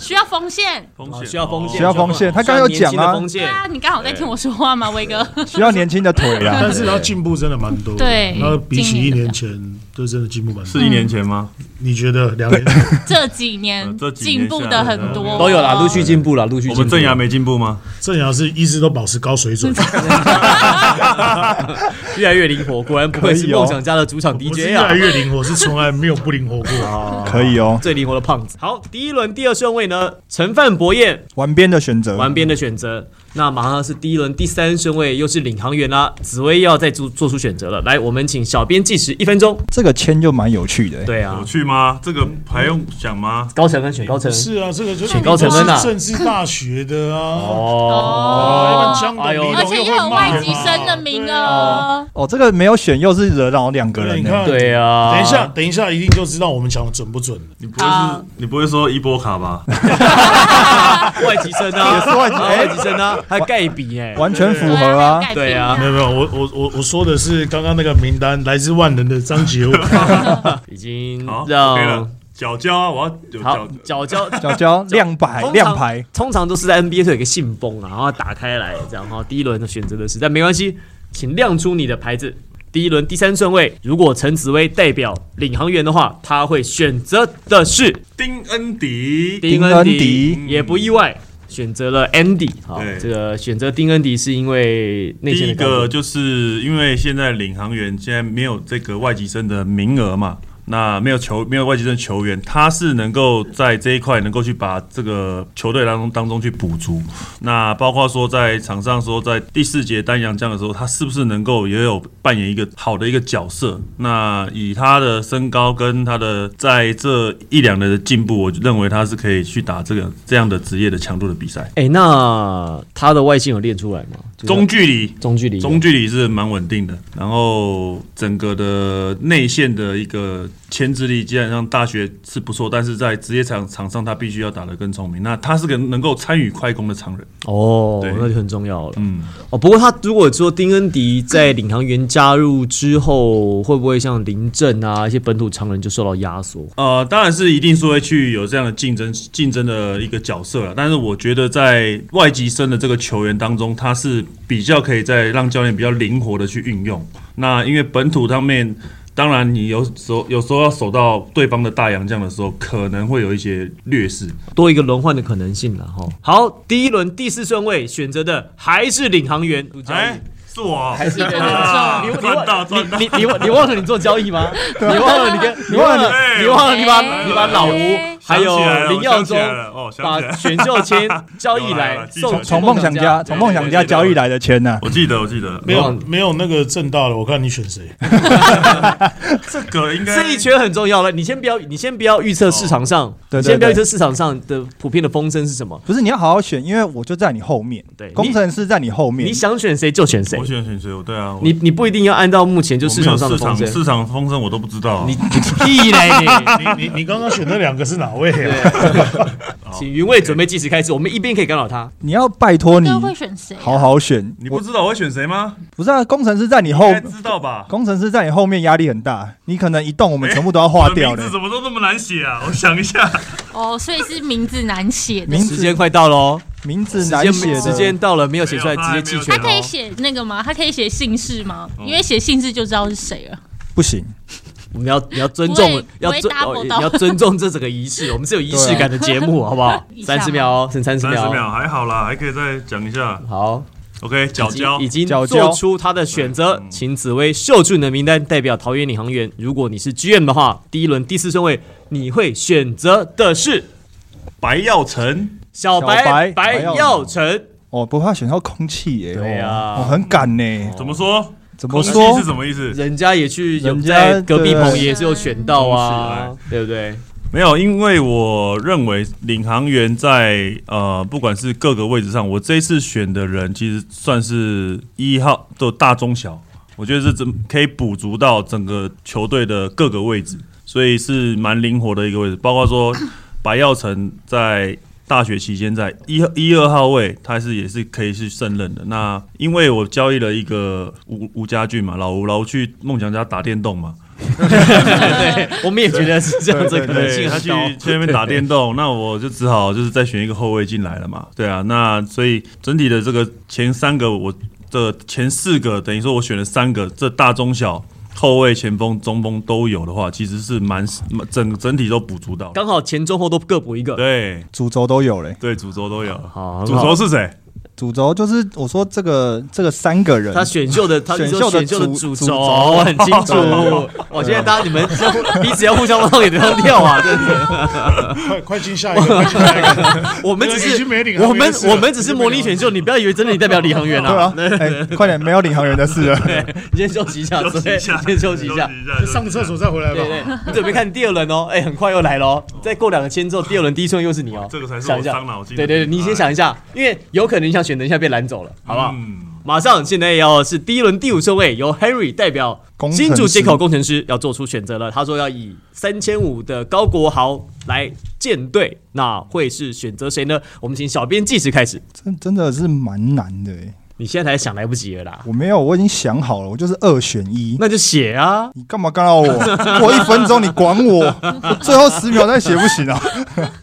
Speaker 4: 需要锋线。
Speaker 3: 风
Speaker 1: 啊
Speaker 3: 险哦
Speaker 1: 需要锋线，
Speaker 2: 需要锋线他刚刚有讲
Speaker 1: 需要年轻
Speaker 2: 啊
Speaker 1: 的锋
Speaker 4: 对
Speaker 1: 线，
Speaker 4: 啊，你刚好在听我说话吗，威哥？
Speaker 2: 需要年轻的腿啦。
Speaker 5: 但是他进步真的蛮多的。
Speaker 4: 对
Speaker 5: 那比起一
Speaker 4: 今年
Speaker 5: 年
Speaker 4: 的
Speaker 5: 前，就真的进步蛮多
Speaker 3: 是。一年前吗？
Speaker 1: 嗯
Speaker 5: 你觉得两年前
Speaker 4: 这几年
Speaker 3: 这几
Speaker 4: 进
Speaker 3: 年
Speaker 4: 步的很多，
Speaker 1: 都有啦，陆续进步啦，陆续进
Speaker 3: 我
Speaker 1: 步。
Speaker 3: 们正阳没进步吗？
Speaker 5: 郑阳是一直都保持高水准，
Speaker 1: 越来越灵活，果然不愧是
Speaker 2: 可以哦
Speaker 1: 梦想家的主场
Speaker 5: 我是
Speaker 1: DJ
Speaker 5: 越来
Speaker 1: 啊。
Speaker 5: 越灵活，是从来没有不灵活 过。
Speaker 2: 可以哦，
Speaker 1: 最灵活的胖子。好，第一轮第二顺位呢，陈范博彦
Speaker 2: 玩边的选择，
Speaker 1: 玩边的选择。那马上是第一轮第三顺位，又是领航员啦。紫薇要再做做出选择了。来，我们请小编计时一分钟。
Speaker 2: 这个签就蛮有趣的、欸。
Speaker 1: 对
Speaker 3: 有
Speaker 1: 啊，
Speaker 3: 去吗？这个还用想吗？
Speaker 1: 高成跟选高成
Speaker 5: 是啊，这个就是
Speaker 1: 选高成分啊
Speaker 5: 政治大学的啊，
Speaker 1: 哦
Speaker 5: 乱枪的
Speaker 1: 哎呦
Speaker 5: 理
Speaker 4: 而
Speaker 5: 由
Speaker 4: 且
Speaker 5: 又
Speaker 4: 也哦有
Speaker 5: 会
Speaker 4: 外
Speaker 5: 骂
Speaker 4: 籍
Speaker 5: 人。
Speaker 4: 生的名额
Speaker 2: 哦。哦，这个没有选又是惹恼两个人、
Speaker 5: 你
Speaker 2: 欸。
Speaker 5: 看，
Speaker 1: 对啊
Speaker 5: 等一 下，等一下，一定就知道我们讲的准不准了。
Speaker 3: 你不会是
Speaker 4: 啊
Speaker 3: 你不会说伊波卡吧？
Speaker 1: 外籍生啊，
Speaker 2: 也是外籍
Speaker 1: 啊外籍生啊，还盖比哎，
Speaker 2: 完全符合啊！
Speaker 1: 对啊
Speaker 5: 没有没有，我我我我说的是刚刚那个名单，来自万能的张杰武，
Speaker 1: 已经
Speaker 3: 好，OK
Speaker 1: 让
Speaker 3: 了。脚胶啊，我要有
Speaker 1: 好角
Speaker 3: 脚。
Speaker 1: 角
Speaker 2: 娇娇亮
Speaker 1: 通
Speaker 2: 牌
Speaker 1: 常
Speaker 2: 哎亮牌，
Speaker 1: 通常都是在 NBA 会有一个信封啊，然后打开来这样哈。第一轮的选择的是，但没关系，请亮出你的牌子。第一轮第三顺位，如果陈紫薇代表领航员的话，他会选择的是
Speaker 3: 丁恩迪，
Speaker 1: 丁
Speaker 2: 恩迪
Speaker 1: 迪，也不意外。选择了 Andy 好，
Speaker 3: 对
Speaker 1: 这个选择丁恩迪是因为内
Speaker 3: 第
Speaker 1: 线
Speaker 3: 一
Speaker 1: 的干部
Speaker 3: 个就是因为现在领航员现在没有这个外籍生的名额嘛，那没有球没有外籍生球员，他是能够在这一块能够去把这个球队当中当中去补足。那包括说在场上说在第四节单阳将的时候，他是不是能够也有扮演一个好的一个角色？那以他的身高跟他的在这一两年的进步，我认为他是可以去打这个这样的职业的强度的比赛，
Speaker 1: 哎、那他的外线有练出来吗？就是
Speaker 3: 中距离。
Speaker 1: 中距离，
Speaker 3: 中距离是蛮稳定的，然后整个的内线的一个牵制力，基本上大学是不错，但是在职业场场上他必须要打得更聪明。那他是个能够参与快攻的常人，
Speaker 1: 哦
Speaker 3: 对，
Speaker 1: 那就很重要了。
Speaker 3: 嗯，
Speaker 1: 哦，不过他如果说丁恩迪在领航员加入之后，会不会像林振啊一些本土常人就受到压缩？
Speaker 3: 呃，当然是一定是会去有这样的竞争竞争的一个角色了。但是我觉得在外籍生的这个球员当中，他是比较可以在让教练比较灵活的去运用。那因为本土方面，当然你有时候有时候要守到对方的大洋将的时候，可能会有一些劣势。
Speaker 1: 多一个轮换的可能性了哈。好，第一轮第四顺位选择的还是领航员，
Speaker 3: 哎，是我，还
Speaker 1: 是
Speaker 3: 啊
Speaker 1: 你
Speaker 3: 赚到
Speaker 1: 你
Speaker 3: 赚到， 哎
Speaker 1: 你你你忘了你跟你做交易吗？你忘了你跟你忘了你忘了你把你把老吴还有
Speaker 3: 想起来了
Speaker 1: 林耀宗
Speaker 3: 我想起来了哦，想起来
Speaker 1: 把
Speaker 3: 了
Speaker 1: 选秀 签交易
Speaker 3: 有啦有
Speaker 1: 来
Speaker 3: 啦记起来
Speaker 1: 送
Speaker 2: 从梦想家，从梦想家交易来的钱呐、
Speaker 3: 我记得，我记得，
Speaker 5: 没 有没有那个正大的，我看你选谁？
Speaker 3: 这个应该
Speaker 1: 这一圈很重要了。你先不要，你先不要预测市场上，
Speaker 3: 哦
Speaker 2: 对对
Speaker 1: 你先不要预测
Speaker 2: 对
Speaker 1: 市场上的普遍的风声是什么。
Speaker 2: 不是你要好好选，因为我就在你后面，
Speaker 1: 对
Speaker 2: 工程师在你后面，
Speaker 1: 你想选谁就选谁
Speaker 3: 我，选选谁？我对啊，我
Speaker 1: 你你不一定要按照目前就
Speaker 3: 我
Speaker 1: 市
Speaker 3: 没有
Speaker 1: 场上的
Speaker 3: 市
Speaker 1: 风
Speaker 3: 场
Speaker 1: 声。
Speaker 3: 市场风声我都不知道啊。
Speaker 1: 你你屁嘞你！
Speaker 5: 你你你刚刚选那两个是哪位啊？
Speaker 1: 请云卫准备计时开始，我们一边可以干扰他。
Speaker 2: 你要拜托你
Speaker 4: 那会选啊谁？
Speaker 2: 好好选。
Speaker 3: 你不
Speaker 2: 我
Speaker 3: 知道我会选谁吗？
Speaker 2: 不是啊，工程师在你后
Speaker 3: 应该，知道吧？
Speaker 2: 工程师在你后面压力很大，你可能一动我们全部都要划掉
Speaker 3: 我的
Speaker 2: 的
Speaker 3: 名字。怎么都那么难写啊？我想一下，
Speaker 4: 哦，所以是名字难写的。
Speaker 2: 名
Speaker 1: 时间
Speaker 2: 字
Speaker 1: 快到
Speaker 3: 哦
Speaker 1: 喽，
Speaker 2: 名字
Speaker 1: 时
Speaker 2: 难
Speaker 1: 间
Speaker 2: 写的，
Speaker 1: 时间到了，没有写出来
Speaker 3: 没有他
Speaker 1: 直
Speaker 3: 还
Speaker 1: 接弃
Speaker 3: 没
Speaker 1: 权
Speaker 4: 他
Speaker 3: 有
Speaker 4: 可以
Speaker 1: 哦。
Speaker 4: 写那个吗？他可以写姓氏吗？因为写姓氏就知道是谁了。
Speaker 2: 不行。
Speaker 1: 我们要你要尊
Speaker 4: 不
Speaker 1: 重
Speaker 4: 会，
Speaker 1: 要
Speaker 4: 不会
Speaker 1: 尊
Speaker 4: 搭不
Speaker 1: 哦你
Speaker 4: 到
Speaker 1: 要尊重这整个仪式，我们是有仪式感的节目，好不好
Speaker 4: 以？上
Speaker 1: 三十秒哦，剩三十
Speaker 3: 三十
Speaker 1: 秒。
Speaker 3: 秒还好啦，还可以再讲一下。
Speaker 1: 好，
Speaker 3: OK，角胶
Speaker 1: 已经已经
Speaker 2: 角胶
Speaker 1: 做出他的选择，
Speaker 3: 嗯
Speaker 1: 请紫薇秀出你的名单，代表桃园领航员。如果你是 GM 的话，第一轮第四顺位你会选择的是
Speaker 3: 白耀成，
Speaker 1: 小白
Speaker 2: 小白
Speaker 1: 白
Speaker 2: 白耀
Speaker 1: 耀成。
Speaker 2: 我哦不怕选到空气耶、
Speaker 1: 对啊哦
Speaker 2: 我很敢呢、
Speaker 3: 怎么说？
Speaker 2: 怎么
Speaker 3: 空气
Speaker 2: 说
Speaker 3: 是？什么意思？
Speaker 1: 人家也去有
Speaker 2: 人家
Speaker 1: 在隔壁棚
Speaker 2: 对
Speaker 1: 也是有选到啊，对不对？
Speaker 3: 没有，因为我认为领航员在呃，不管是各个位置上，我这一次选的人其实算是一号，都大中小，我觉得是真可以补足到整个球队的各个位置，所以是蛮灵活的一个位置。包括说白耀成在大学期间在一一二号位，他是也是可以是胜任的。那因为我交易了一个吴吴家俊嘛，老吴老吴去梦想家打电动嘛，
Speaker 1: 对，我们也觉得是这样子的可能
Speaker 3: 对，
Speaker 1: 性
Speaker 3: 他
Speaker 1: 很
Speaker 3: 去
Speaker 1: 高。
Speaker 3: 去那边打 电动，那我就只好就是再选一个后卫进来了嘛。对啊，那所以整体的这个前三个我这前四个，等于说我选了三个，这大中小后卫、前锋、中锋都有的话，其实是蛮蛮整整体都补足到的。
Speaker 1: 刚好前中后都各补一个。
Speaker 3: 对
Speaker 2: 主轴都有嘞、
Speaker 3: 对，主轴都有。
Speaker 1: 好，
Speaker 3: 主
Speaker 1: 很好
Speaker 3: 轴是谁？
Speaker 2: 主轴就是我说这个这个三个人，
Speaker 1: 他选秀的，他
Speaker 2: 选
Speaker 1: 说
Speaker 2: 秀的
Speaker 1: 选秀的
Speaker 2: 主
Speaker 1: 主轴
Speaker 2: 主轴
Speaker 1: 很清 楚。我现在大家你们彼此要互相往脸上跳啊！真的，
Speaker 5: 快快进下一个快进 下一个，
Speaker 1: 我们只
Speaker 5: 已
Speaker 1: 是
Speaker 5: 经没领航员
Speaker 1: 我们
Speaker 5: 是了
Speaker 1: 我们只是模拟选秀，你不要以为真的你代表李航员
Speaker 2: 对啊，哎、 快点，没有领航员的事了。
Speaker 1: 你先休息一下，
Speaker 3: 休息一下，
Speaker 1: 先休息一下。
Speaker 5: 就上个厕所再回来
Speaker 1: 对
Speaker 5: 吧。
Speaker 1: 对， 你准备看第二轮哦，哎，很快又来喽！再过两个签之后，第二轮第一顺位又是你哦。
Speaker 3: 这个才是我
Speaker 1: 想一下
Speaker 3: 伤脑筋
Speaker 1: 对
Speaker 3: 的
Speaker 1: 对对，你先想一下，因为有可能你想选，等一下被拦走了，好不好？
Speaker 3: 嗯，
Speaker 1: 马上现在要是第一轮第五顺位，由 Henry 代表
Speaker 2: 工程师
Speaker 1: 新竹接口工程师要做出选择了。他说要以三千五的高国豪来建队，那会是选择谁呢？我们请小编计时开始。
Speaker 2: 真真的是蛮难的、欸，
Speaker 1: 你现在才想来不及了啦，
Speaker 2: 我没有，我已经想好了，我就是二选一。
Speaker 1: 那就写啊。
Speaker 2: 你干嘛干扰 我？我一分钟，你管我？我最后十秒再写不行啊！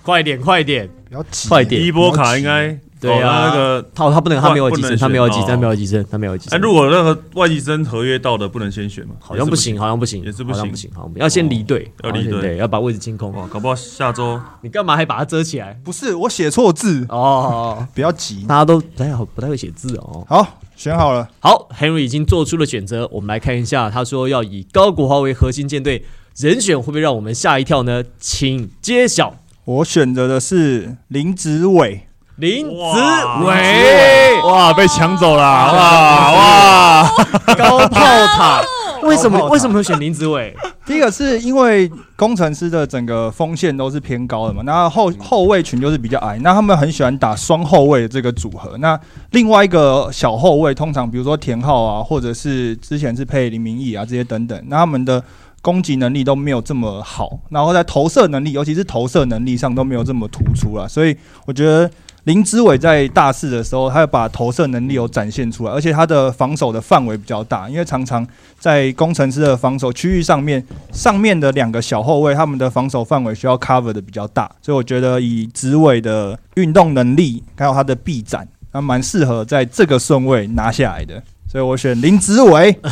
Speaker 1: 快点，快点！
Speaker 2: 不要急，
Speaker 1: 快点
Speaker 3: 第一波卡应该
Speaker 1: 对
Speaker 3: 哦
Speaker 1: 啊，
Speaker 3: 那个。
Speaker 1: 他他不能，他没有急
Speaker 3: 不
Speaker 1: 升，
Speaker 3: 能
Speaker 1: 他没有急
Speaker 3: 选
Speaker 1: 升，
Speaker 3: 哦
Speaker 1: 他没有急升，他没有急
Speaker 3: 哎，
Speaker 1: 升。
Speaker 3: 如果那个外籍生合约到的，不能先选嘛？
Speaker 1: 好像不行，好像不行，
Speaker 3: 也是
Speaker 1: 好
Speaker 3: 不
Speaker 1: 像
Speaker 3: 行哦
Speaker 1: 不行，好，我们要先离队，
Speaker 3: 要离队
Speaker 1: 好对，要把位置清空。哦
Speaker 3: 哇，搞不好下周
Speaker 1: 你干嘛还把它遮起来？
Speaker 2: 不是我写错字，
Speaker 1: 哦，
Speaker 2: 不要急。
Speaker 1: 大家都不太好，不太会写字哦。
Speaker 2: 好，选好了，
Speaker 1: 好，Henry 已经做出了选择，我们来看一下，他说要以高国豪为核心舰队，人选会不会让我们吓一跳呢？请揭晓，
Speaker 2: 我选择的是林子伟。
Speaker 1: 林
Speaker 3: 哇
Speaker 1: 子伟，
Speaker 7: 哇，被抢走了！哇哇，
Speaker 1: 高炮塔，为什
Speaker 2: 高炮
Speaker 1: 么
Speaker 2: 塔
Speaker 1: 为什么会选林子伟？
Speaker 2: 第一个是因为工程师的整个锋线都是偏高的嘛，那后后卫群就是比较矮，那他们很喜欢打双后卫的这个组合。那另外一个小后卫，通常比如说田浩啊，或者是之前是配林明义啊这些等等，那他们的攻击能力都没有这么好，然后在投射能力，尤其是投射能力上都没有这么突出啊，所以我觉得。林志伟在大四的时候，他有把投射能力有展现出来，而且他的防守的范围比较大，因为常常在工程师的防守区域上面，上面的两个小后卫，他们的防守范围需要 cover 的比较大，所以我觉得以紫伟的运动能力，还有他的臂展，他蛮适合在这个顺位拿下来的，所以我选林紫伟，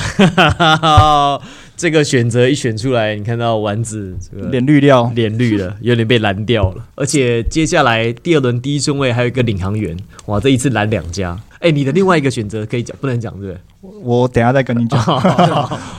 Speaker 1: 这个选择一选出来，你看到丸子这个
Speaker 2: 脸绿料，
Speaker 1: 脸绿了，有点被蓝掉了。而且接下来第二轮第一顺位还有一个领航员，哇，这一次蓝两家。哎、哎、你的另外一个选择可以讲，不能讲对不对？
Speaker 2: 我等一下再跟 你讲，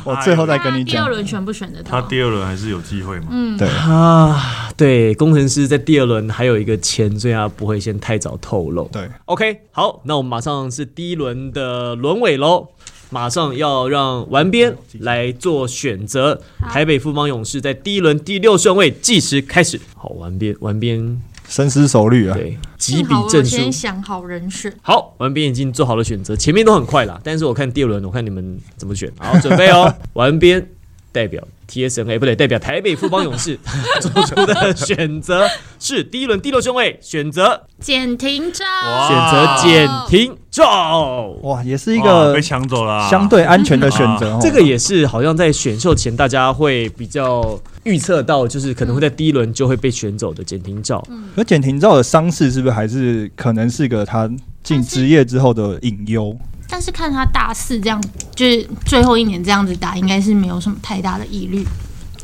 Speaker 2: 我最后再跟你
Speaker 4: 第二
Speaker 2: 讲。
Speaker 4: 轮选不选得
Speaker 3: 他
Speaker 4: 到？
Speaker 3: 第二轮还是有机会嘛？
Speaker 2: 对，
Speaker 1: 啊，对，工程师在第二轮还有一个签，所以他不会先太早透露。
Speaker 2: 对
Speaker 1: ，OK，好，那我们马上是第一轮的轮尾喽，马上要让玩边来做选择。台北富邦勇士在第一轮第六顺位计时开始。好，玩边，玩边，
Speaker 2: 深思熟虑啊。
Speaker 1: 对，几
Speaker 4: 幸
Speaker 1: 笔
Speaker 4: 好我有
Speaker 1: 证书。
Speaker 4: 先想好人选，
Speaker 1: 好，玩边已经做好了选择，前面都很快啦。但是我看第二轮，我看你们怎么选。 好，准备哦，玩边代表 TSNA 哎不对，代表台北富邦勇 士做出的选择是第一轮第六顺位，选择
Speaker 4: 简廷照，
Speaker 1: 选择简廷照。
Speaker 2: 哇，也是一
Speaker 3: 哇
Speaker 2: 个
Speaker 3: 被抢走了啊，
Speaker 2: 相对安全的选择。哦
Speaker 1: 啊这个也是好像在选秀前大家会比较预测到，就是可能会在第一轮就会被选走的简廷照。
Speaker 4: 嗯
Speaker 2: 可简廷照的伤势是不是还是可能是个他进职业之后的隐忧？
Speaker 4: 但是看他大四这样，就是最后一年这样子打，应该是没有什么太大的疑虑。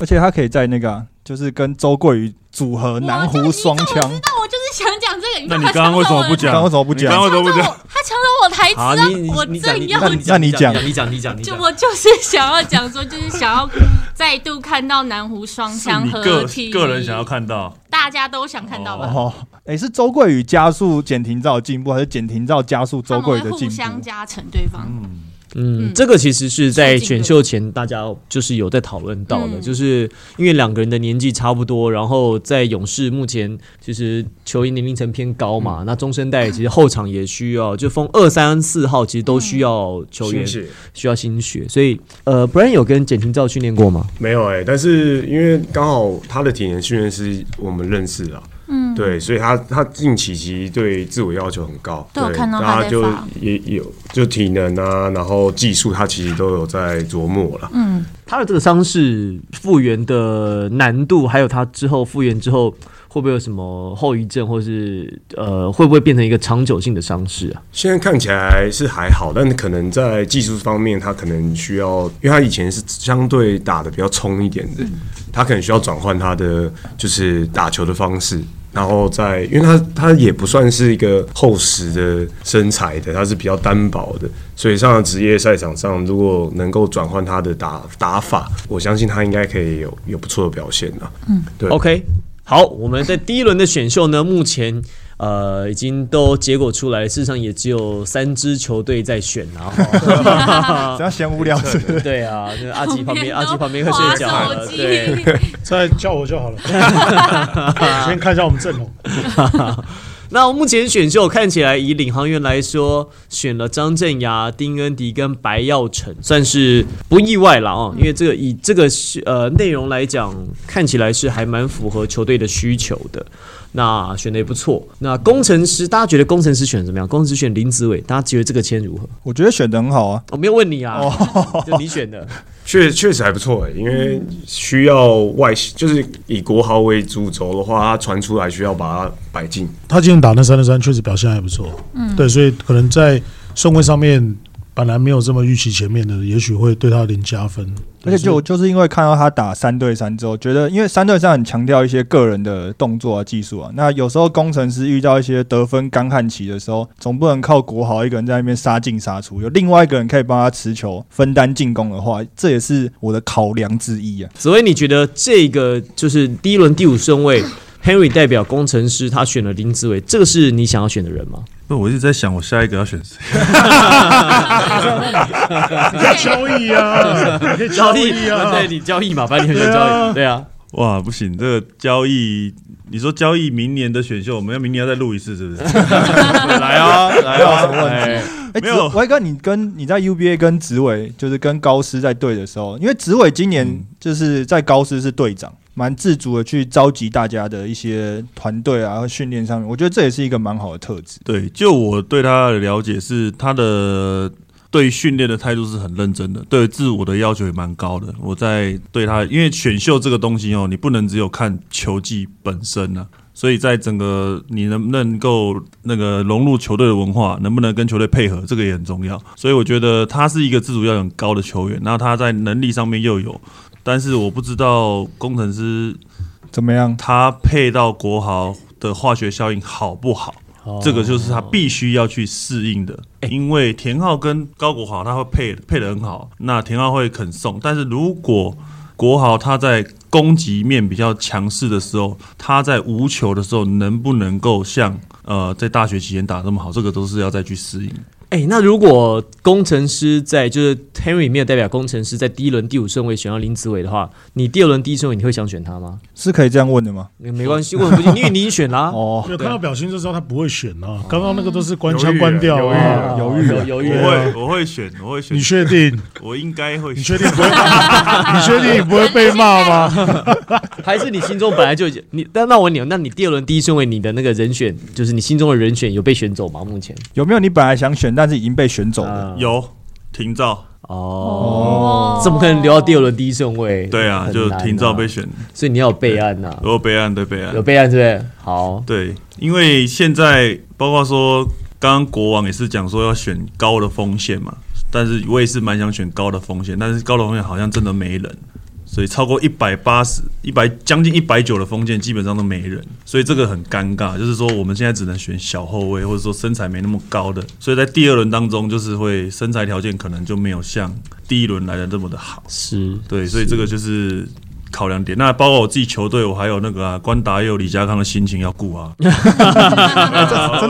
Speaker 2: 而且他可以在那个啊、就是跟周桂宇组合南湖双
Speaker 4: 我就
Speaker 2: 枪
Speaker 4: 你，那我就是想讲这个，
Speaker 3: 那你刚刚为什么不
Speaker 2: 刚
Speaker 3: 讲
Speaker 2: 刚为什么不
Speaker 3: 你刚
Speaker 2: 讲
Speaker 3: 刚？为什么不
Speaker 4: 抢走
Speaker 3: 讲？
Speaker 4: 我？他抢走我台词
Speaker 1: 好，
Speaker 4: 啊
Speaker 1: 你你！
Speaker 4: 我
Speaker 1: 你讲，
Speaker 4: 正
Speaker 1: 你
Speaker 4: 要
Speaker 1: 讲，
Speaker 2: 那你讲
Speaker 1: 你讲，你讲，你
Speaker 4: 就
Speaker 1: 讲。
Speaker 4: 我就是想要讲说，就是想要再度看到南湖双
Speaker 3: 是
Speaker 4: 枪
Speaker 3: 你
Speaker 4: 合
Speaker 3: 个
Speaker 4: 体，
Speaker 3: 个人想要，看到，
Speaker 4: 大家都想看到吧？
Speaker 2: 哦，哎、是周桂宇加速简廷照的进步，还是简廷照加速
Speaker 4: 他
Speaker 2: 周
Speaker 4: 们
Speaker 2: 桂
Speaker 4: 会
Speaker 2: 宇的
Speaker 4: 互
Speaker 2: 进
Speaker 4: 相
Speaker 2: 步？
Speaker 4: 加成对方。
Speaker 1: 嗯，
Speaker 4: 嗯
Speaker 1: 这个其实是在
Speaker 4: 促进
Speaker 1: 选
Speaker 4: 的
Speaker 1: 秀前大家就是有在讨论到的，
Speaker 4: 嗯
Speaker 1: 就是因为两个人的年纪差不多，然后在勇士目前其实球员年龄层偏高
Speaker 4: 嗯
Speaker 1: 嘛，那中生代其实后场也需要，就封二三四号其实都需
Speaker 4: 嗯
Speaker 1: 要球员、
Speaker 6: 新血
Speaker 1: 需要新血，所以呃，Brian 有跟简廷照训练过吗？
Speaker 6: 没有哎、但是因为刚好他的体能训练师我们认识啦，嗯，对，所以他他近期其实对自我要求很高，
Speaker 4: 对我看到他
Speaker 6: 那
Speaker 4: 在
Speaker 6: 就
Speaker 4: 发
Speaker 6: 也也有就体能啊，然后技术他其实都有在琢磨了。
Speaker 4: 嗯，
Speaker 1: 他的这个伤势复原的难度，还有他之后复原之后会不会有什么后遗症，或是呃会不会变成一个长久性的伤势啊？
Speaker 6: 现在看起来是还好，但可能在技术方面，他可能需要，因为他以前是相对打的比较冲一点的，他可能需要转换他的就是打球的方式。然后在，因为他他也不算是一个厚实的身材的，他是比较单薄的，所以上职业赛场上，如果能够转换他的打打法，我相信他应该可以有有不错的表现啊。嗯，对。
Speaker 1: OK，好，我们在第一轮的选秀呢，目前呃已经都结果出来，事实上也只有三支球队在选啊。 哈
Speaker 2: 只要闲无聊是不是
Speaker 1: 对啊，那个阿吉旁边，阿吉
Speaker 4: 都
Speaker 1: 旁边快睡觉
Speaker 4: 划
Speaker 1: 了。
Speaker 4: 手
Speaker 1: 对，
Speaker 4: 机，
Speaker 5: 再叫我就好了。 先看一下我们阵容，
Speaker 1: 那目前选秀看起来，以领航员来说，选了张镇雅、丁恩迪跟白耀成，算是不意外了啊、哦。因为这个以这个是呃内容来讲，看起来是还蛮符合球队的需求的。那选的也不错。那工程师，大家觉得工程师选得怎么样？工程师选林子伟，大家觉得这个签如何？
Speaker 2: 我觉得选的很好啊。
Speaker 1: 我没有问你啊，就你选的。
Speaker 6: 确确实还不错、欸，因为需要外线，就是以国豪为主轴的话，它传出来需要把它摆进。
Speaker 5: 他今天打那三对三确实表现还不错，嗯，对，所以可能在顺位上面本来没有这么预期前面的，也许会对他有点加分。
Speaker 2: 而且
Speaker 5: 对所
Speaker 2: 就
Speaker 5: 以
Speaker 2: 就是因为看到他打三对三之后，觉得因为三对三很强调一些个人的动作啊、技术啊。那有时候工程师遇到一些得分干旱期的时候，总不能靠国豪一个人在那边杀进杀出，有另外一个人可以帮他持球、分担进攻的话，这也是我的考量之一啊。
Speaker 1: 所以你觉得这个就是第一轮第五顺位，Henry 代表工程师，他选了林子伟，这个是你想要选的人吗？
Speaker 3: 不，我一直在想我下一个要选谁。
Speaker 5: 交易啊，你可以交易啊，
Speaker 1: 对你交易嘛，反正你很喜欢
Speaker 5: 对啊
Speaker 1: 交易，对啊。
Speaker 3: 哇，不行，这个交易，你说交易明年的选秀，我们要明年要再录一次，是不是？
Speaker 2: 来啊，来啊，什么问题？哎、
Speaker 3: 没有
Speaker 2: 子伟哥，你跟你在 UBA 跟紫伟，就是跟高师在对的时候，因为紫伟今年就是在高师是队长，蛮自主的去召集大家的一些团队啊、训练上面，我觉得这也是一个蛮好的特质。
Speaker 3: 对，就我对他的了解是，他的对训练的态度是很认真的，对自我的要求也蛮高的。我在对他，因为选秀这个东西哦，你不能只有看球技本身啊。所以在整个你能不能够那个融入球队的文化，能不能跟球队配合，这个也很重要。所以我觉得他是一个自主要求很高的球员，那他在能力上面又有，但是我不知道工程师
Speaker 2: 怎么样？
Speaker 3: 它配到国豪的化学效应好不好？
Speaker 5: 哦
Speaker 3: 这个就是他必须要去适应的，因为田浩跟高国豪他会配配的很好，那田浩会肯送，但是如果国豪他在攻击面比较强势的时候，他在无球的时候能不能够像呃在大学期间打得这么好，这个都是要再去适应。
Speaker 1: 哎、那如果工程师在就是 Henry 没有代表工程师在第一轮第五顺位选到林子伟的话，你第二轮第一顺位你会想选他吗？
Speaker 2: 是可以这样问的吗？
Speaker 1: 没没 关系，问不进，因为你已经选啦、
Speaker 2: 哦，
Speaker 5: 没有看到表情就知道他不会选啊。刚刚那个都是关枪关掉啊，
Speaker 2: 犹豫了，
Speaker 1: 犹
Speaker 3: 我
Speaker 1: 豫
Speaker 3: 会我会选，我会选，
Speaker 5: 你确定？
Speaker 3: 我应该会
Speaker 5: 你
Speaker 3: 选。
Speaker 5: 确定不会？ 你确定你不会被骂吗？
Speaker 1: 还是你心中本来就已经你？但那我问你，那你第二轮第一顺位你的那个人选，就是你心中的人选有被选走吗？目前
Speaker 2: 有没有你本来想选，但是已经被选走的？
Speaker 1: 啊
Speaker 3: 有停照，
Speaker 1: 哦，
Speaker 4: 哦
Speaker 1: 怎么可能留到第二？轮第一顺位？
Speaker 3: 对啊，
Speaker 1: 很
Speaker 3: 就
Speaker 1: 难
Speaker 3: 停照被，选，
Speaker 1: 所以你要有备案呐、啊
Speaker 3: 如果备案对备案
Speaker 1: 有，备案是不是？ 好，
Speaker 3: 对，因为现在包括说，刚刚国王也是讲说要选高的锋线嘛，但是我也是蛮想选高的锋线，但是高的锋线好像真的没人，所以超过一百八十、一百将近一百九的锋线基本上都没人，所以这个很尴尬，就是说我们现在只能选小后卫或者说身材没那么高的，所以在第二轮当中就是会身材条件可能就没有像第一轮来的这么的好。
Speaker 1: 是
Speaker 3: 对，所以这个就是考量点。那包括我自己球队，我还有那个啊，关达佑、李家康的心情要顾啊。真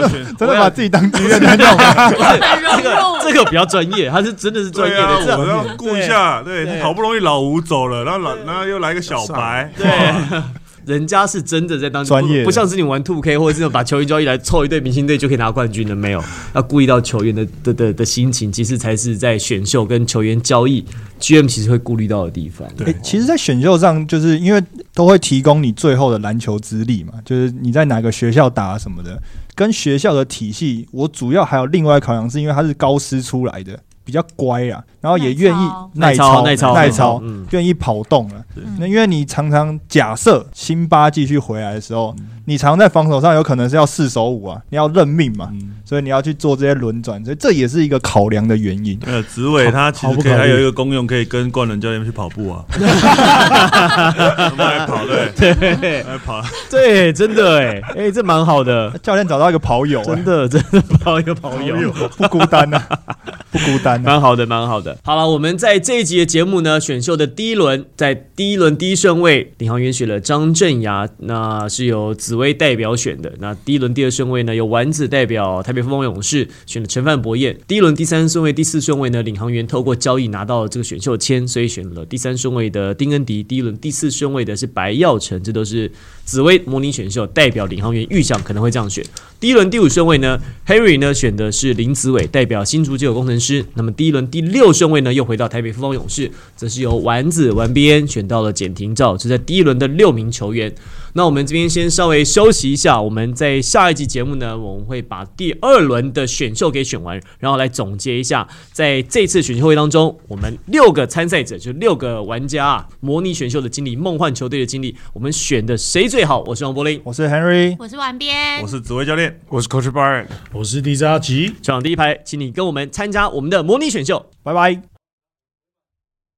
Speaker 3: 的
Speaker 2: 真的把自己当剧院在弄，
Speaker 4: 很
Speaker 1: 这
Speaker 4: 融
Speaker 1: 个
Speaker 4: 入
Speaker 1: 这个比较专业，他是真的是专业
Speaker 3: 对
Speaker 1: 的，
Speaker 3: 啊，
Speaker 1: 这
Speaker 3: 我要顾一下。对，好不容易老吴走了，然后老，然后又来个小白，
Speaker 1: 对，哦人家是真的在当
Speaker 2: 专业的
Speaker 1: 不不像是你玩 Two K 或者是把球员交易来凑一队明星队就可以拿冠军的，没有，要顾虑到球员的的的的心情，其实才是在选秀跟球员交易 GM 其实会顾虑到的地方。
Speaker 2: 欸其实，在选秀上，就是因为都会提供你最后的篮球资历嘛，就是你在哪个学校打什么的，跟学校的体系。我主要还有另外考量，是因为他是高师出来的，比较乖啊，然后也愿意
Speaker 1: 耐操
Speaker 2: 操、
Speaker 1: 耐操
Speaker 2: 耐
Speaker 1: 耐操
Speaker 2: 操
Speaker 1: 嗯，
Speaker 2: 愿意跑动了
Speaker 3: 对。
Speaker 2: 那因为你常常假设辛巴继续回来的时候，你常在防守上有可能是要四守五啊，你要认命嘛，
Speaker 3: 嗯，
Speaker 2: 所以你要去做这些轮转，所以这也是一个考量的原因。
Speaker 3: 呃，紫伟他其
Speaker 5: 好
Speaker 3: 实
Speaker 5: 不
Speaker 3: 可以
Speaker 5: 考虑
Speaker 3: 还有一个功用，可以跟冠伦教练去跑 步啊。我们来跑对，
Speaker 1: 对
Speaker 3: 来跑。
Speaker 1: 对，真的哎哎，这蛮好的，
Speaker 2: 教练找到一个跑友、
Speaker 1: 真
Speaker 2: 欸，
Speaker 1: 的真的 跑一个跑友。
Speaker 2: 不孤单啊，不孤单 啊。
Speaker 1: 蛮好的，蛮好的。好了，我们在这一集的节目呢，选秀的第一轮，在第一轮第一顺位，领航员选了张镇雅，那是由紫薇代表选的。那第一轮第二顺位呢，由丸子代表台北风暴勇士选了陈范博彦。第一轮第三顺位、第四顺位呢，领航员透过交易拿到了这个选秀签，所以选了第三顺位的丁恩迪，第一轮第四顺位的是白耀成，这都是紫薇模拟选秀代表领航员预想可能会这样选。第一轮第五顺位呢，Henry 呢选的是林子伟，代表新竹基友工程师。那么第一轮第六顺位呢，又回到台北富邦勇士，则是由丸子丸边选到了简廷照，这在第一轮的六名球员。那我们这边先稍微休息一下，我们在下一集节目呢，我们会把第二轮的选秀给选完，然后来总结一下，在这次选秀会当中，我们六个参赛者，就六个玩家啊，模拟选秀的经历，梦幻球队的经历，我们选的谁最好？我是王柏林，
Speaker 2: 我是 Henry，
Speaker 4: 我是玩边，
Speaker 3: 我是紫薇教练，
Speaker 6: 我是 Coach Byron。
Speaker 5: 我是迪迦吉。
Speaker 1: 全场第一排，请你跟我们参加我们的模拟选秀。
Speaker 2: 拜拜。